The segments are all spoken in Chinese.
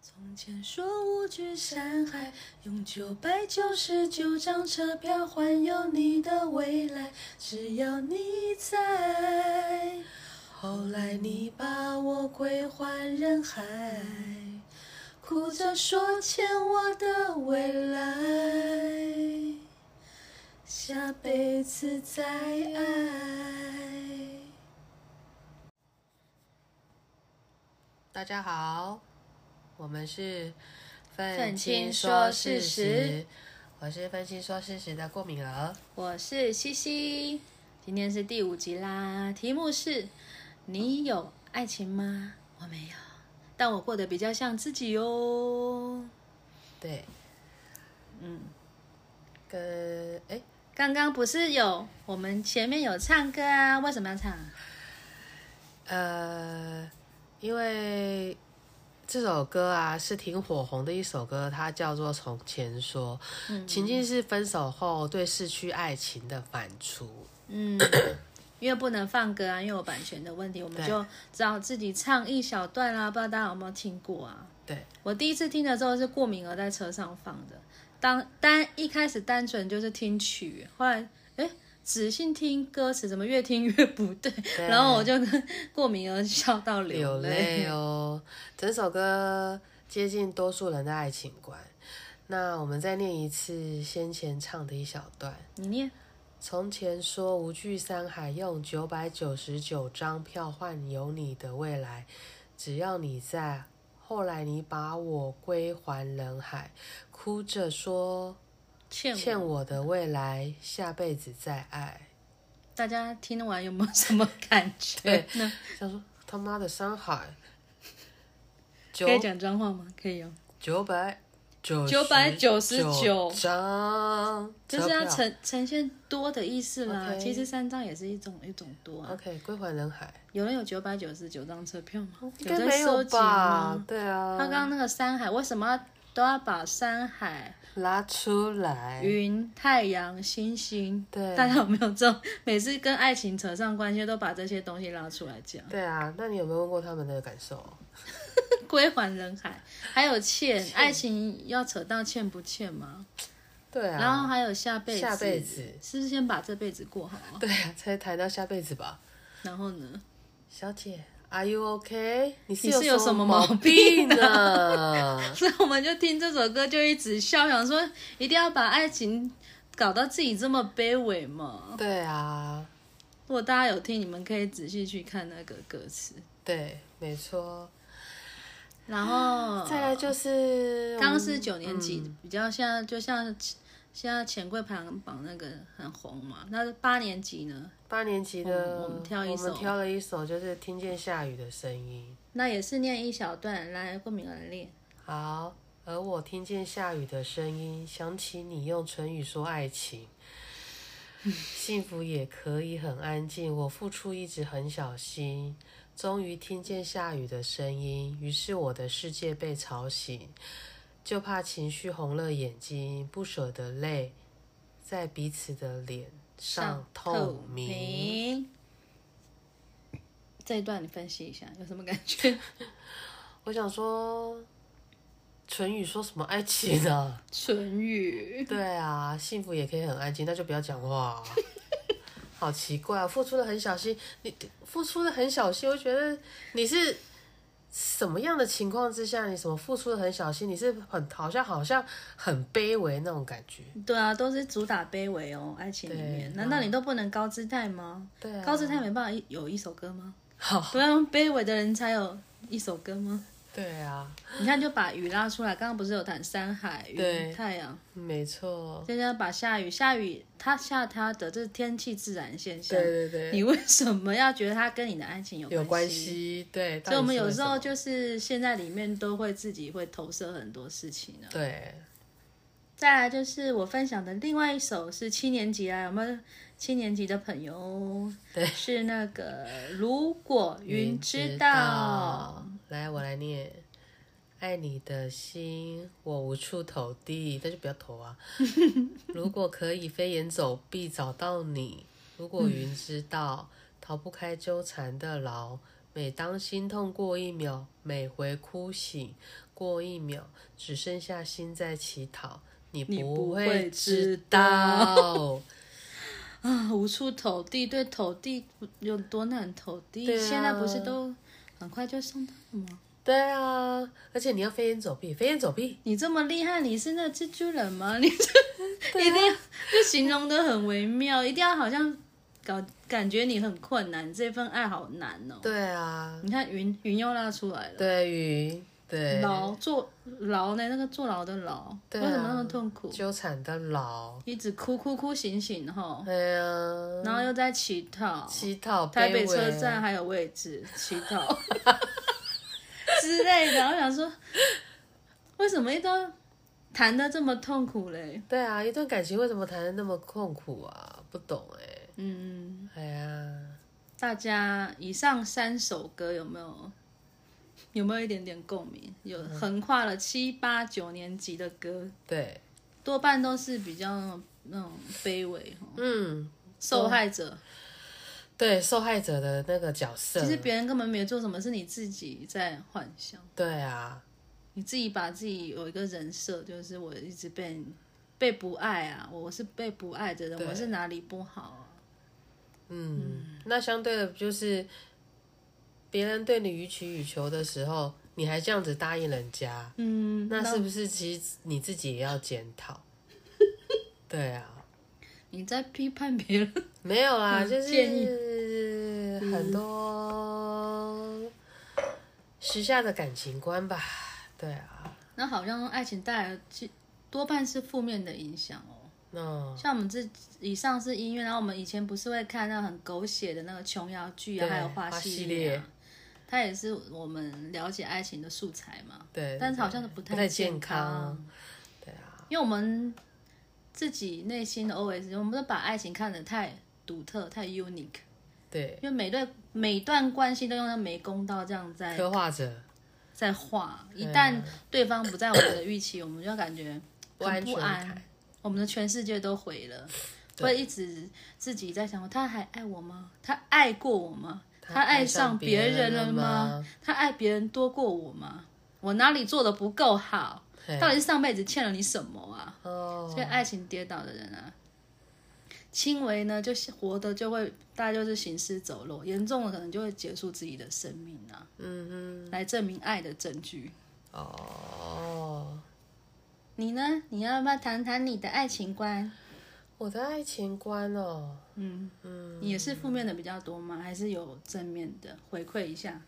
从前说无惧山海，用九百九十九张车票环游你的未来，只要你在。后来你把我归还人海，哭着说欠我的未来，下辈子再爱。大家好，我们是愤愤青青说说事事实实，我是愤青说事实的过敏儿。我是西西，今天是第五集啦，题目是“你有爱情吗？”我没有，但我过得比较像自己哦哟。对，嗯，跟哎，刚刚不是有我们前面有唱歌啊？为什么要唱啊？呃，因为这首歌啊是挺火红的一首歌，它叫做《从前说》，情境是分手后对逝去爱情的反刍。嗯，因为不能放歌啊，因为有版权的问题，我们就只好自己唱一小段啦、不知道大家有没有听过啊？对，我第一次听的时候是过敏儿在车上放的，当单一开始单纯就是听曲，后来哎仔细听歌词，怎么越听越不对，对然后我就跟过敏儿笑到流流泪哦。整首歌接近多数人的爱情观。那我们再念一次先前唱的一小段。你念，从前说无惧山海，用九百九十九张票换有你的未来，只要你在。后来你把我归还人海，哭着说欠我欠我的未来，下辈子再爱。大家听完有没有什么感觉对呢？想说他妈的山海，九 可以讲脏话吗？可以哦，九百九999张，就是要车票呈呈现多的意思啦。 OK 其实三张也是一种一种多啊。 OK 归还人海，有人有九百九十九张车票吗？应该在没收有集吧吗？？对啊，他刚刚那个山海为什么要都要把山海、拉出来，云、太阳、星星，对大家有没有这种每次跟爱情扯上关系，都把这些东西拉出来 讲？对啊，那你有没有问过他们的感受？归还人海，还有欠爱情要扯到欠不欠吗？对啊，然后还有下辈子，下辈子是不是先把这辈子过好啊？对啊，才谈到下辈子吧，然后呢？ 小姐。Are you OK？你是你是有什什么毛毛病呢？所以我们就听这首歌就一直笑，想说一定要把爱情搞到自己这么卑微吗？对啊，如果大家有听，你们可以仔细去看那个歌词。对，没错。然后再来就是呃刚刚是九年级，嗯比较像就像现在钱柜排行榜那个很红嘛。那八年级呢，八年级的，我们我们挑一首我们挑了一首就是《听见下雨的声音那也是念一小段，来过敏儿念。》。好，而我听见下雨的声音，想起你用唇语说爱 情，幸福也可以很安静。我付出一直很小心，终于听见下雨的声音，于是我的世界被吵醒，就怕情绪红了眼睛，不舍得泪在彼此的脸上透明。。这一段你分析一下，有什么感 觉？我想说，唇语说什么爱情啊呢？唇 语，对啊，幸福也可以很安静，那就不要讲话啊、好奇怪、啊，付出的很小心，你付出的很小心，我觉得你是什么样的情况之下，你什么付出的很小心，你是很好像好像很卑微那种感觉。对啊，都是主打卑微哦，爱情里面，对难道你都不能高姿态吗？对啊，哦高姿态没办法一有一首歌吗？好，不要用卑微的人才有一首歌吗？对啊，你看，就把雨拉出来。刚刚不是有谈山海、对云、太阳，没错，现在把下雨，下雨它下它的，这是天气自然现象。对对对，你为什么要觉得它跟你的爱情有有关系？系，对。所以我们到底有是时为候什么就是现在里面都会自己会投射很多事情呢。对再来就是我分享的另外一首是七年级啊，有没有七年级的朋友？对，是那个如果云知道，道。来，我来念。爱你的心，我无处投递，那就不要 投啊。如果可以飞檐走壁找到你，如果云知道，逃不开纠缠的牢。每当心痛过一秒，每回哭醒，过一秒，只剩下心在乞讨。你你不不会会知知道，啊，无处投递，对投递有多难投递？对啊现在不是都很快就送到了吗？对啊，而且你要飞檐走壁，飞檐走壁，你这么厉害，你是那蜘蛛人 吗？你这、啊一定要就形容的很微妙，一定要好像搞感觉你很困难，这份爱好难哦。对啊，你看云云又拉出来了，对于对牢坐牢呢，那个坐牢的牢，对啊为什么那么痛苦？纠缠的牢，一直哭哭哭醒醒吼，哎呀，然后又在乞讨，乞讨哦台北卑微啊车站还有位置乞 讨之类的。我想说，为什么一刀谈的这么痛苦嘞？对啊，一段感情为什么谈的那么痛苦啊？不懂哎、嗯，哎呀，大家以上三首歌有没有有没有一点点共鸣？有横跨了七八九年级的歌，对，多半都是比较那种那种卑微吼嗯，受害者。对，受害者的那个角色，其实别人根本没有做什么，是你自己在幻想。对啊，你自己把自己有一个人设，就是我一直被被不爱啊，我是被不爱的人，对我是哪里不好啊？嗯，那相对的就是别人对你予取予求的时候，你还这样子答应人家，嗯，那是不是其实你自己也要检 讨？对啊，你在批判别人？ 没有啦，就嗯建是很多时下的感情观吧。对啊，那好像爱情带来其多半是负面的影响哦。那像我们这以上是音乐，然后我们以前不是会看那很狗血的那个琼瑶剧啊，对还有花花系系列、列啊，它也是我们了解爱情的素材嘛。对，但是好像对不太不太健康啊康。因为我们自己内心的 OS，我们都把爱情看得太独特、太 unique，对，因为每段每段关系都用那美工刀这样在刻画者在画，一对啊旦对方不在我们的预期，我们就感觉不安很全不感安，，我们的全世界都毁了，对会一直自己在想，他还爱我吗？他爱过我吗？哦他爱爱上上别人了了吗？？他爱别人多过我吗？我哪里做的不够好？到底是上辈子欠了你什么啊？哦，所以爱情跌倒的人啊，轻微呢就是活的就会大家就是行尸走肉，严重的可能就会结束自己的生命啊，嗯来证明爱的证据。哼，哦，你呢？你要不要谈谈你的爱情观？我的爱情观哦，嗯嗯，你也是负面的比较多吗？还是有正面的回馈一下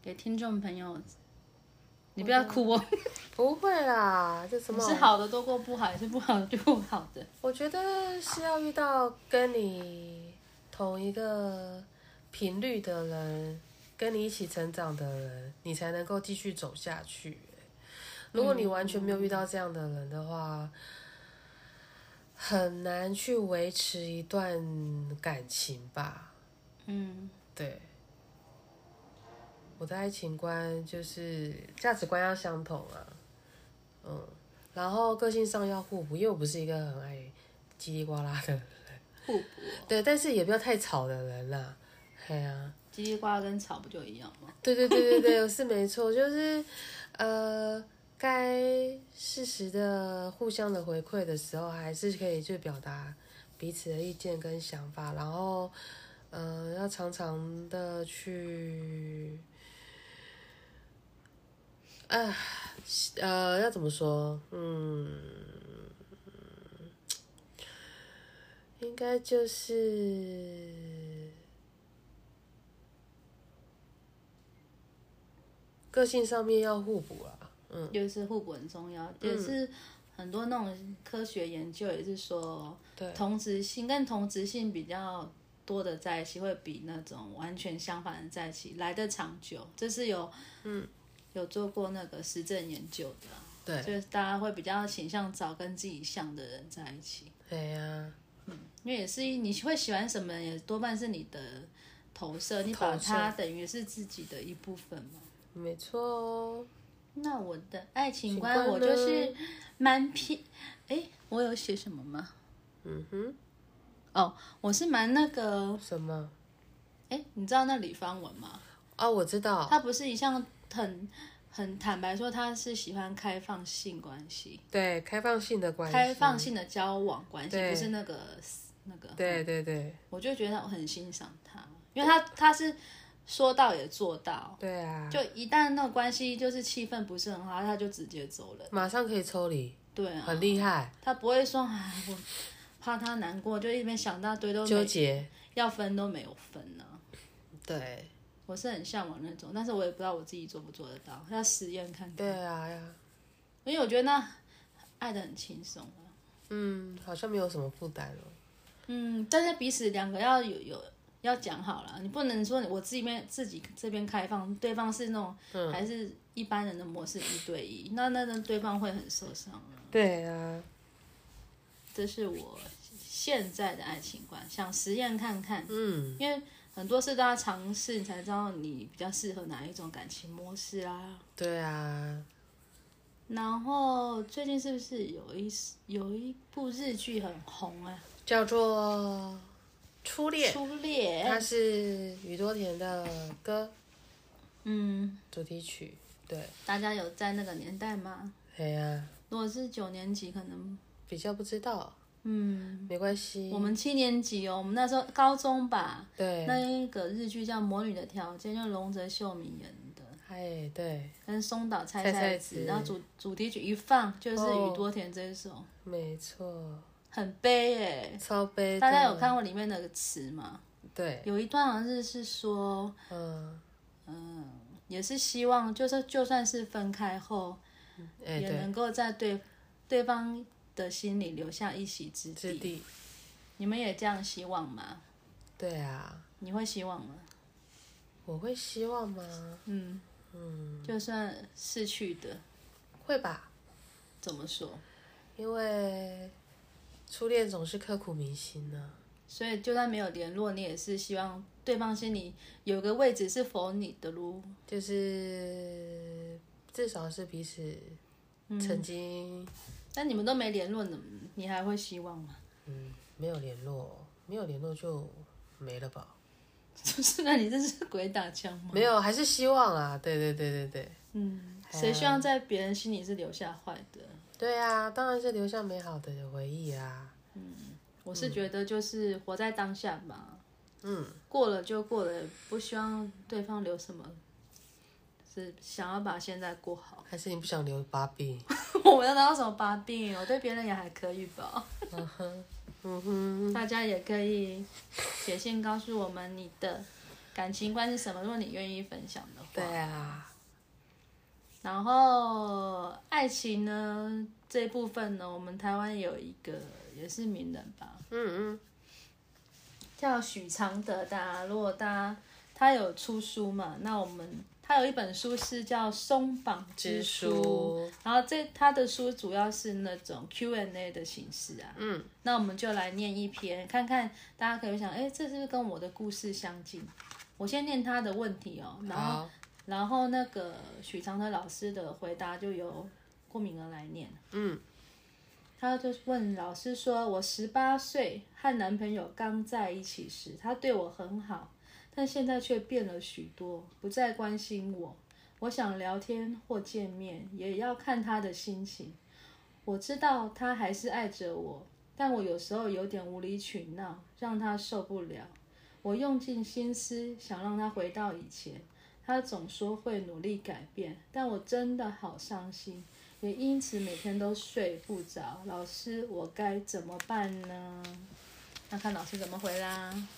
给听众朋友？你不要哭哦，不会啦，这什你么是好的多过不好，还是不好的多过好的？我觉得是要遇到跟你同一个频率的人，跟你一起成长的人，你才能够继续走下去。如果你完全没有遇到这样的人的话，很难去维持一段感情吧。嗯，对，我的爱情观就是价值观要相同啊，嗯，然后个性上要互补，因为我不是一个很爱叽里呱啦的人，互补哦，对，但是也不要太吵的人啦，哎呀、叽里呱啦跟草不就一样吗？对对对对对，是没错，就是呃，该适时的互相的回馈的时候，还是可以去表达彼此的意见跟想法，然后呃，要常常的去，啊，呃，要怎么说？嗯，应该就是。个性上面要互补啦、就是互补很重嗯要，也是很多那种科学研究也是说，对同质性跟同质性比较多的在一起，会比那种完全相反的在一起来的长久。这是有嗯有做过那个实证研究的啊、对就是大家会比较倾向找跟自己像的人在一起，嗯对呀、因为也是你会喜欢什么人，也多半是你的投射，你把投射它等于是自己的一部分嘛。没错哦，那我的爱情观，情观我就是蛮偏，哎，我有写什么吗？嗯哼，哦，我是蛮那个，什么？哎，你知道那李芳文吗？哦，我知道，他不是一向很很坦白说，他是喜欢开放性关系，对，开放性的关系，开放，性的交往关系，对不是那个那个。对对对我就觉得我很欣赏他，因为他他是说到也做到，对啊，就一旦那个关系就是气氛不是很好，他就直接走了。马上可以抽离，对啊，很厉害，他不会说哎，我怕他难过，就一边想大堆都纠没结，要分都没有分呢、对我是很向往那种，但是我也不知道我自己做不做得到，要实验看看。对啊呀，因为我觉得那爱的很轻松啊。嗯，好像没有什么负担哦。嗯，但是彼此两个要有有要讲好了，你不能说你我自己面自己这边开放，对方是那种、嗯还是一般人的模式一对一，那那那对方会很受伤啊。对啊，这是我现在的爱情观，想实验看看，嗯，因为很多事都要尝试，你才知道你比较适合哪一种感情模式啊。对啊，然后最近是不是有一有一部日剧很红啊？叫做《初恋》，初恋，它是宇多田的歌嗯，主题曲。对，大家有在那个年代吗？哎呀、如果是九年级，可能比较不知道，嗯，没关系。我们七年级哦，我们那时候高中吧，对，那一个日剧叫《魔女的条件》，就龙泽秀明演的，哎，对，跟松岛菜菜菜菜子，子然后主主题曲一放就是哦宇多田这一首，没错，很悲哎。超哦悲的。大家有看过里面那个词吗？对，有一段好像是是说，嗯，嗯，也是希望，就是就算是分开后，哎，也对，能够在对对方的心里留下一席之质地。地，你们也这样希望吗？对啊，你会希望吗？我会希望吗？嗯，嗯，就算逝去的，会吧，怎么说？因为初恋总是刻骨铭心呢、所以就算没有联络，你也是希望对方心里有个位置是否你的路。就是至少是彼此嗯曾经但你们都没联络，你你还会希望吗？ 嗯没有联络，没有联络就没了吧？就是那你这是鬼打墙吗？没有，还是希望啊！对对对对对，嗯，谁希望在别人心里是留下坏的？对啊，当然是留下美好的回忆啊。我是觉得就是活在当下吧。嗯，过了就过了，不希望对方留什么，是想要把现在过好。 还是你不想留把柄？我要拿到什么把柄？我对别人也还可以吧。嗯哼，大家也可以写信告诉我们你的感情观是什么，如果你愿意分享的话。对啊，然后爱情呢这部分呢，我们台湾有一个也是名人吧，嗯嗯，叫许常德的啊、如果大家他有出书嘛，那我们他有一本书是叫《松绑之知书》。书，然后这他的书主要是那种 Q&A 的形式啊，嗯，那我们就来念一篇，看看大家可以想，哎，这是不是跟我的故事相近？我先念他的问题哦，然后好，然后那个许常德老师的回答就由郭敏儿来念。嗯，他就问老师说：“我十八岁和男朋友刚在一起时，他对我很好，但现在却变了许多，不再关心我。我想聊天或见面，也要看他的心情。我知道他还是爱着我，但我有时候有点无理取闹，让他受不了。我用尽心思想让他回到以前。”他总说会努力改变，但我真的好伤心，也因此每天都睡不着。老师，我该怎么办呢？那看老师怎么回啦。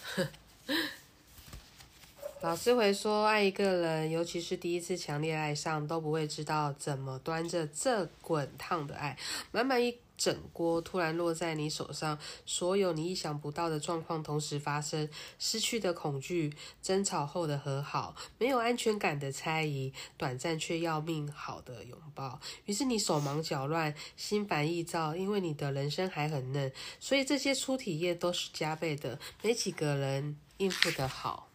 老师回说，爱一个人，尤其是第一次强烈爱上，都不会知道怎么端着这滚烫的爱，满满一整锅突然落在你手上，所有你意想不到的状况同时发生，失去的恐惧，争吵后的和好，没有安全感的猜疑，短暂却要命好的拥抱。于是你手忙脚乱，心烦意躁，因为你的人生还很嫩，所以这些初体验都是加倍的，没几个人应付得好。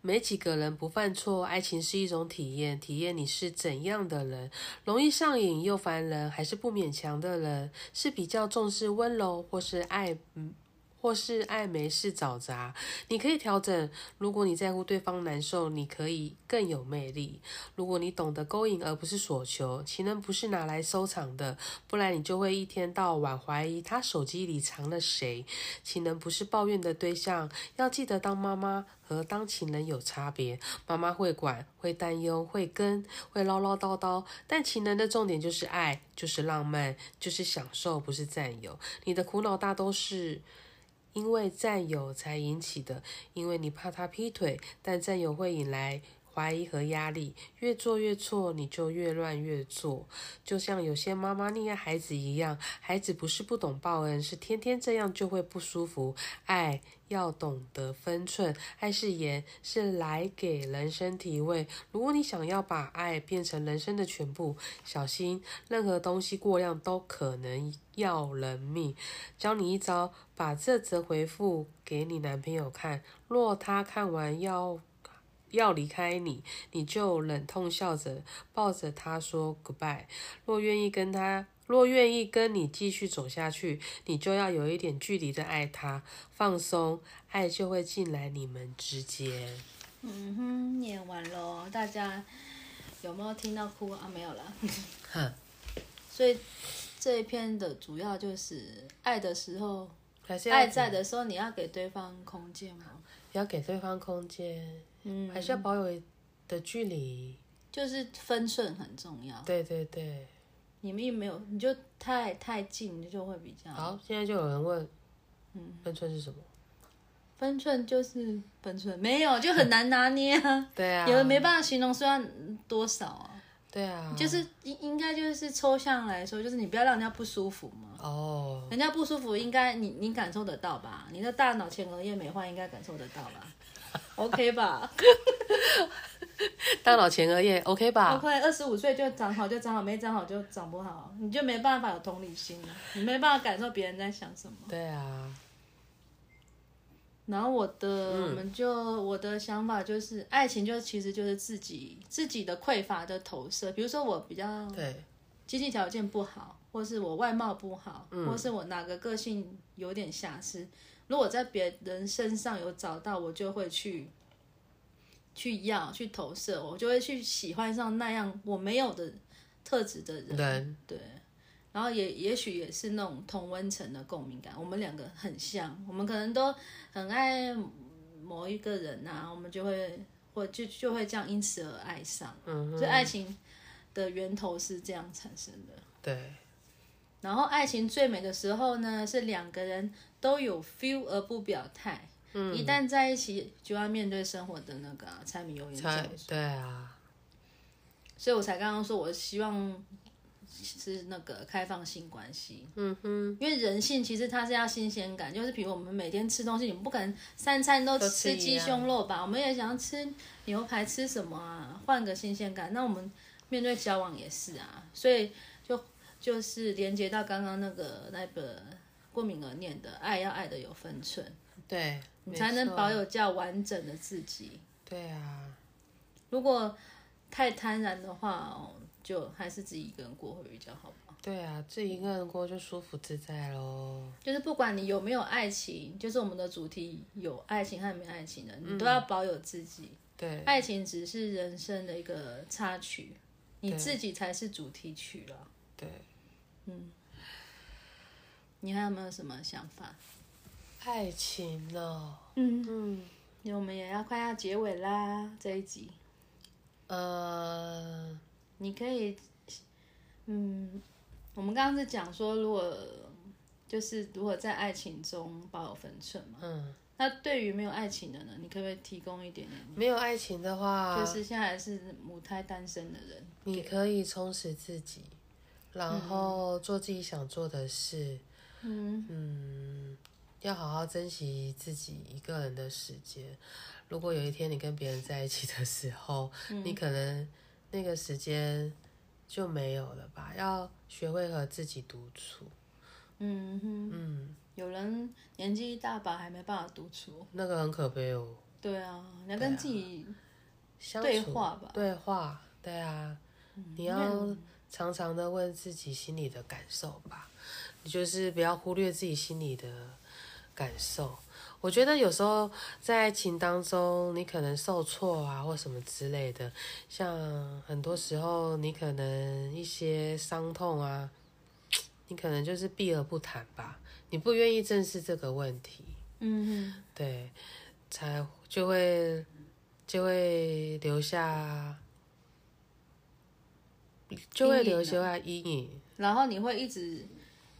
没几个人不犯错，爱情是一种体验，体验你是怎样的人，容易上瘾又烦人，还是不勉强的人，是比较重视温柔或是爱，嗯，或是爱没事找茬，你可以调整。如果你在乎对方难受，你可以更有魅力。如果你懂得勾引而不是索求，情人不是拿来收藏的，不然你就会一天到晚怀疑他手机里藏了谁。情人不是抱怨的对象，要记得当妈妈和当情人有差别。妈妈会管，会担忧，会跟，会唠唠叨叨，但情人的重点就是爱，就是浪漫，就是享受，不是占有。你的苦恼大都是。因为占有才引起的，因为你怕他劈腿，但占有会引来怀疑和压力，越做越错，你就越乱越做。就像有些妈妈溺爱孩子一样，孩子不是不懂报恩，是天天这样就会不舒服。爱要懂得分寸，爱是盐，是来给人生提味。如果你想要把爱变成人生的全部，小心任何东西过量都可能要人命。教你一招，把这则回复给你男朋友看，若他看完要要离开你，你就忍痛笑着抱着他说 goodbye。若愿意跟他，若愿意跟你继续走下去，你就要有一点距离的爱他，放松，爱就会进来你们之间。嗯哼，念完喽，大家有没有听到哭啊？没有啦。哼，所以这一篇的主要就是爱的时候，还是要爱在的时候，你要给对方空间嘛。要给对方空间，嗯，还是要保有的距离。就是分寸很重要。对对对。你们一没有，你就太太近就会比较好，现在就有人问，嗯，分寸是什么？分寸，就是分寸没有就很难拿捏啊。对啊，有人没办法形容虽然多少啊，对啊，就是应应该就是抽象来说，就是你不要让人家不舒服嘛。哦，人家不舒服，应该你你感受得到吧？你的大脑前额叶美化应该感受得到吧 ？OK 吧大脑前额叶 OK 吧？ ？OK，二十五岁就长好就长好，没长好就长不好，你就没办法有同理心了，你没办法感受别人在想什么。对啊，然后我的、我们就我的想法就是，爱情就其实就是自己自己的匮乏的投射。比如说我比较对，经济条件不好，或是我外貌不好，或是我哪个个性有点瑕疵，如果在别人身上有找到，我就会去去要去投射，我就会去喜欢上那样我没有的特质的人。人对，然后也也许也是那种同温层的共鸣感，我们两个很像，我们可能都很爱某一个人呐、我们就会或就就会这样因此而爱上，嗯，所以爱情的源头是这样产生的。对，然后爱情最美的时候呢，是两个人都有 feel 而不表态。嗯，一旦在一起，就要面对生活的那个、啊、柴米油盐酱才醋。对啊，所以我才刚刚说，我希望是那个开放性关系。嗯哼，因为人性其实它是要新鲜感，就是比如我们每天吃东西，你不可能三餐都都吃吃一鸡样胸肉吧？我们也想要吃牛排，吃什么啊？换个新鲜感。那我们面对交往也是啊，所以就就是连接到刚刚那个那本过敏而念的，爱要爱的有分寸，对，你没才能错保有较完整的自己。对啊，如果太贪婪的话、哦，就还是自己一个人过会比较好吧。对啊，自己一个人过就舒服自在喽。就是不管你有没有爱情，就是我们的主题有爱情和没爱情的，你都要保有自己。嗯对，爱情只是人生的一个插曲，你自己才是主题曲了。嗯对，你还有没有什么想法？爱情哦，嗯，嗯，因为我们也要快要结尾啦，这一集呃，你可以，嗯，我们刚刚是讲说，如果就是如果在爱情中保有分寸嘛，嗯，那对于没有爱情的呢，你可不可以提供一点点？没有爱情的话，就是现在还是母胎单身的人，你可以充实自己，然后做自己想做的事，嗯，要好好珍惜自己一个人的时间。如果有一天你跟别人在一起的时候，嗯你可能那个时间就没有了吧？要学会和自己独处。嗯哼，嗯，有人年纪一大把还没办法独处，那个很可悲哦。对啊，你要跟自己，相对处话吧对话，对啊，嗯你要常常的问自己心里的感受吧，你就是不要忽略自己心里的感受。我觉得有时候在爱情当中，你可能受挫啊，或什么之类的，像很多时候你可能一些伤痛啊，你可能就是避而不谈吧，你不愿意正视这个问题，嗯哼，对，才就会就会留下，就会啊留下阴影。然后你会一直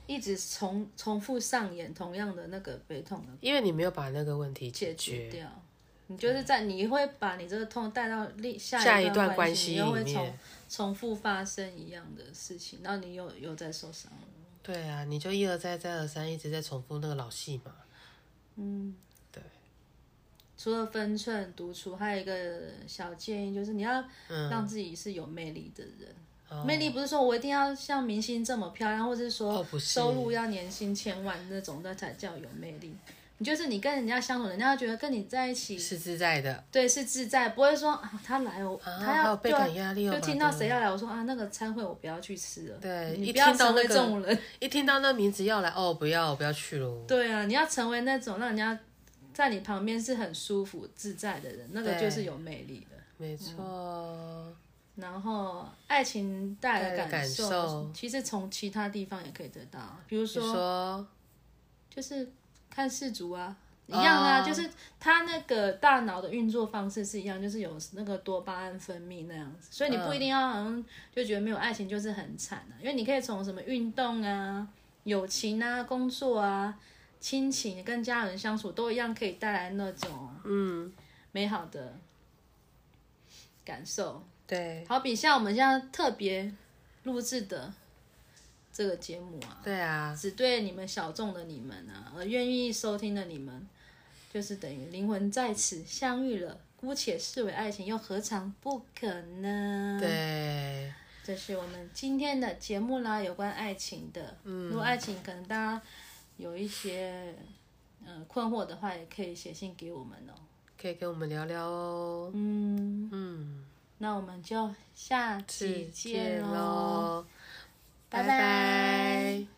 一直重重复上演同样的那个悲痛的因为你没有把那个问题解解决决，掉。你就是在你会把你这个痛带到另下下一段关关系你又会里重面重复发生一样的事情，然后你又又在受伤了。对啊，你就一而再再而三一直在重复那个老戏嘛。嗯除了分寸独处，还有一个小建议就是你要嗯让自己是有魅力的人。魅力不是说我一定要像明星这么漂亮，或者是哦说不是收入要年薪千万那种，那才叫有魅力。你就是你跟人家相处，人家觉得跟你在一起，是自在的，对，是自在，不会说啊他来我、啊他还要有倍对啊感压力哦就马听到德谁要来，我说啊那个餐会我不要去吃了，对你一不要听到成为那这个种人，一听到那名字要来，哦，不要，我不要去喽。对啊，你要成为那种让人家在你旁边是很舒服自在的人，那个对就是有魅力的。没错，然后爱情带来带来的的感受，感受其实从其他地方也可以得到，比如你说说就是看世足啊，一样啊，哦就是他那个大脑的运作方式是一样，就是有那个多巴胺分泌那样子，所以你不一定要好像就觉得没有爱情就是很惨啊，因为你可以从什么运动啊、友情啊、工作啊、亲情跟家人相处都一样，可以带来那种嗯美好的感受。对，好比像我们现在特别录制的这个节目啊，对啊，只对你们小众的你们啊，而愿意收听的你们，就是等于灵魂在此相遇了，姑且视为爱情，又何尝不可呢？，对，这是我们今天的节目啦，有关爱情的。嗯，如果爱情可能大家有一些嗯、呃困惑的话，也可以写信给我们哦。可以跟我们聊聊哦。嗯，嗯，那我们就下期次见喽。喽，拜拜拜拜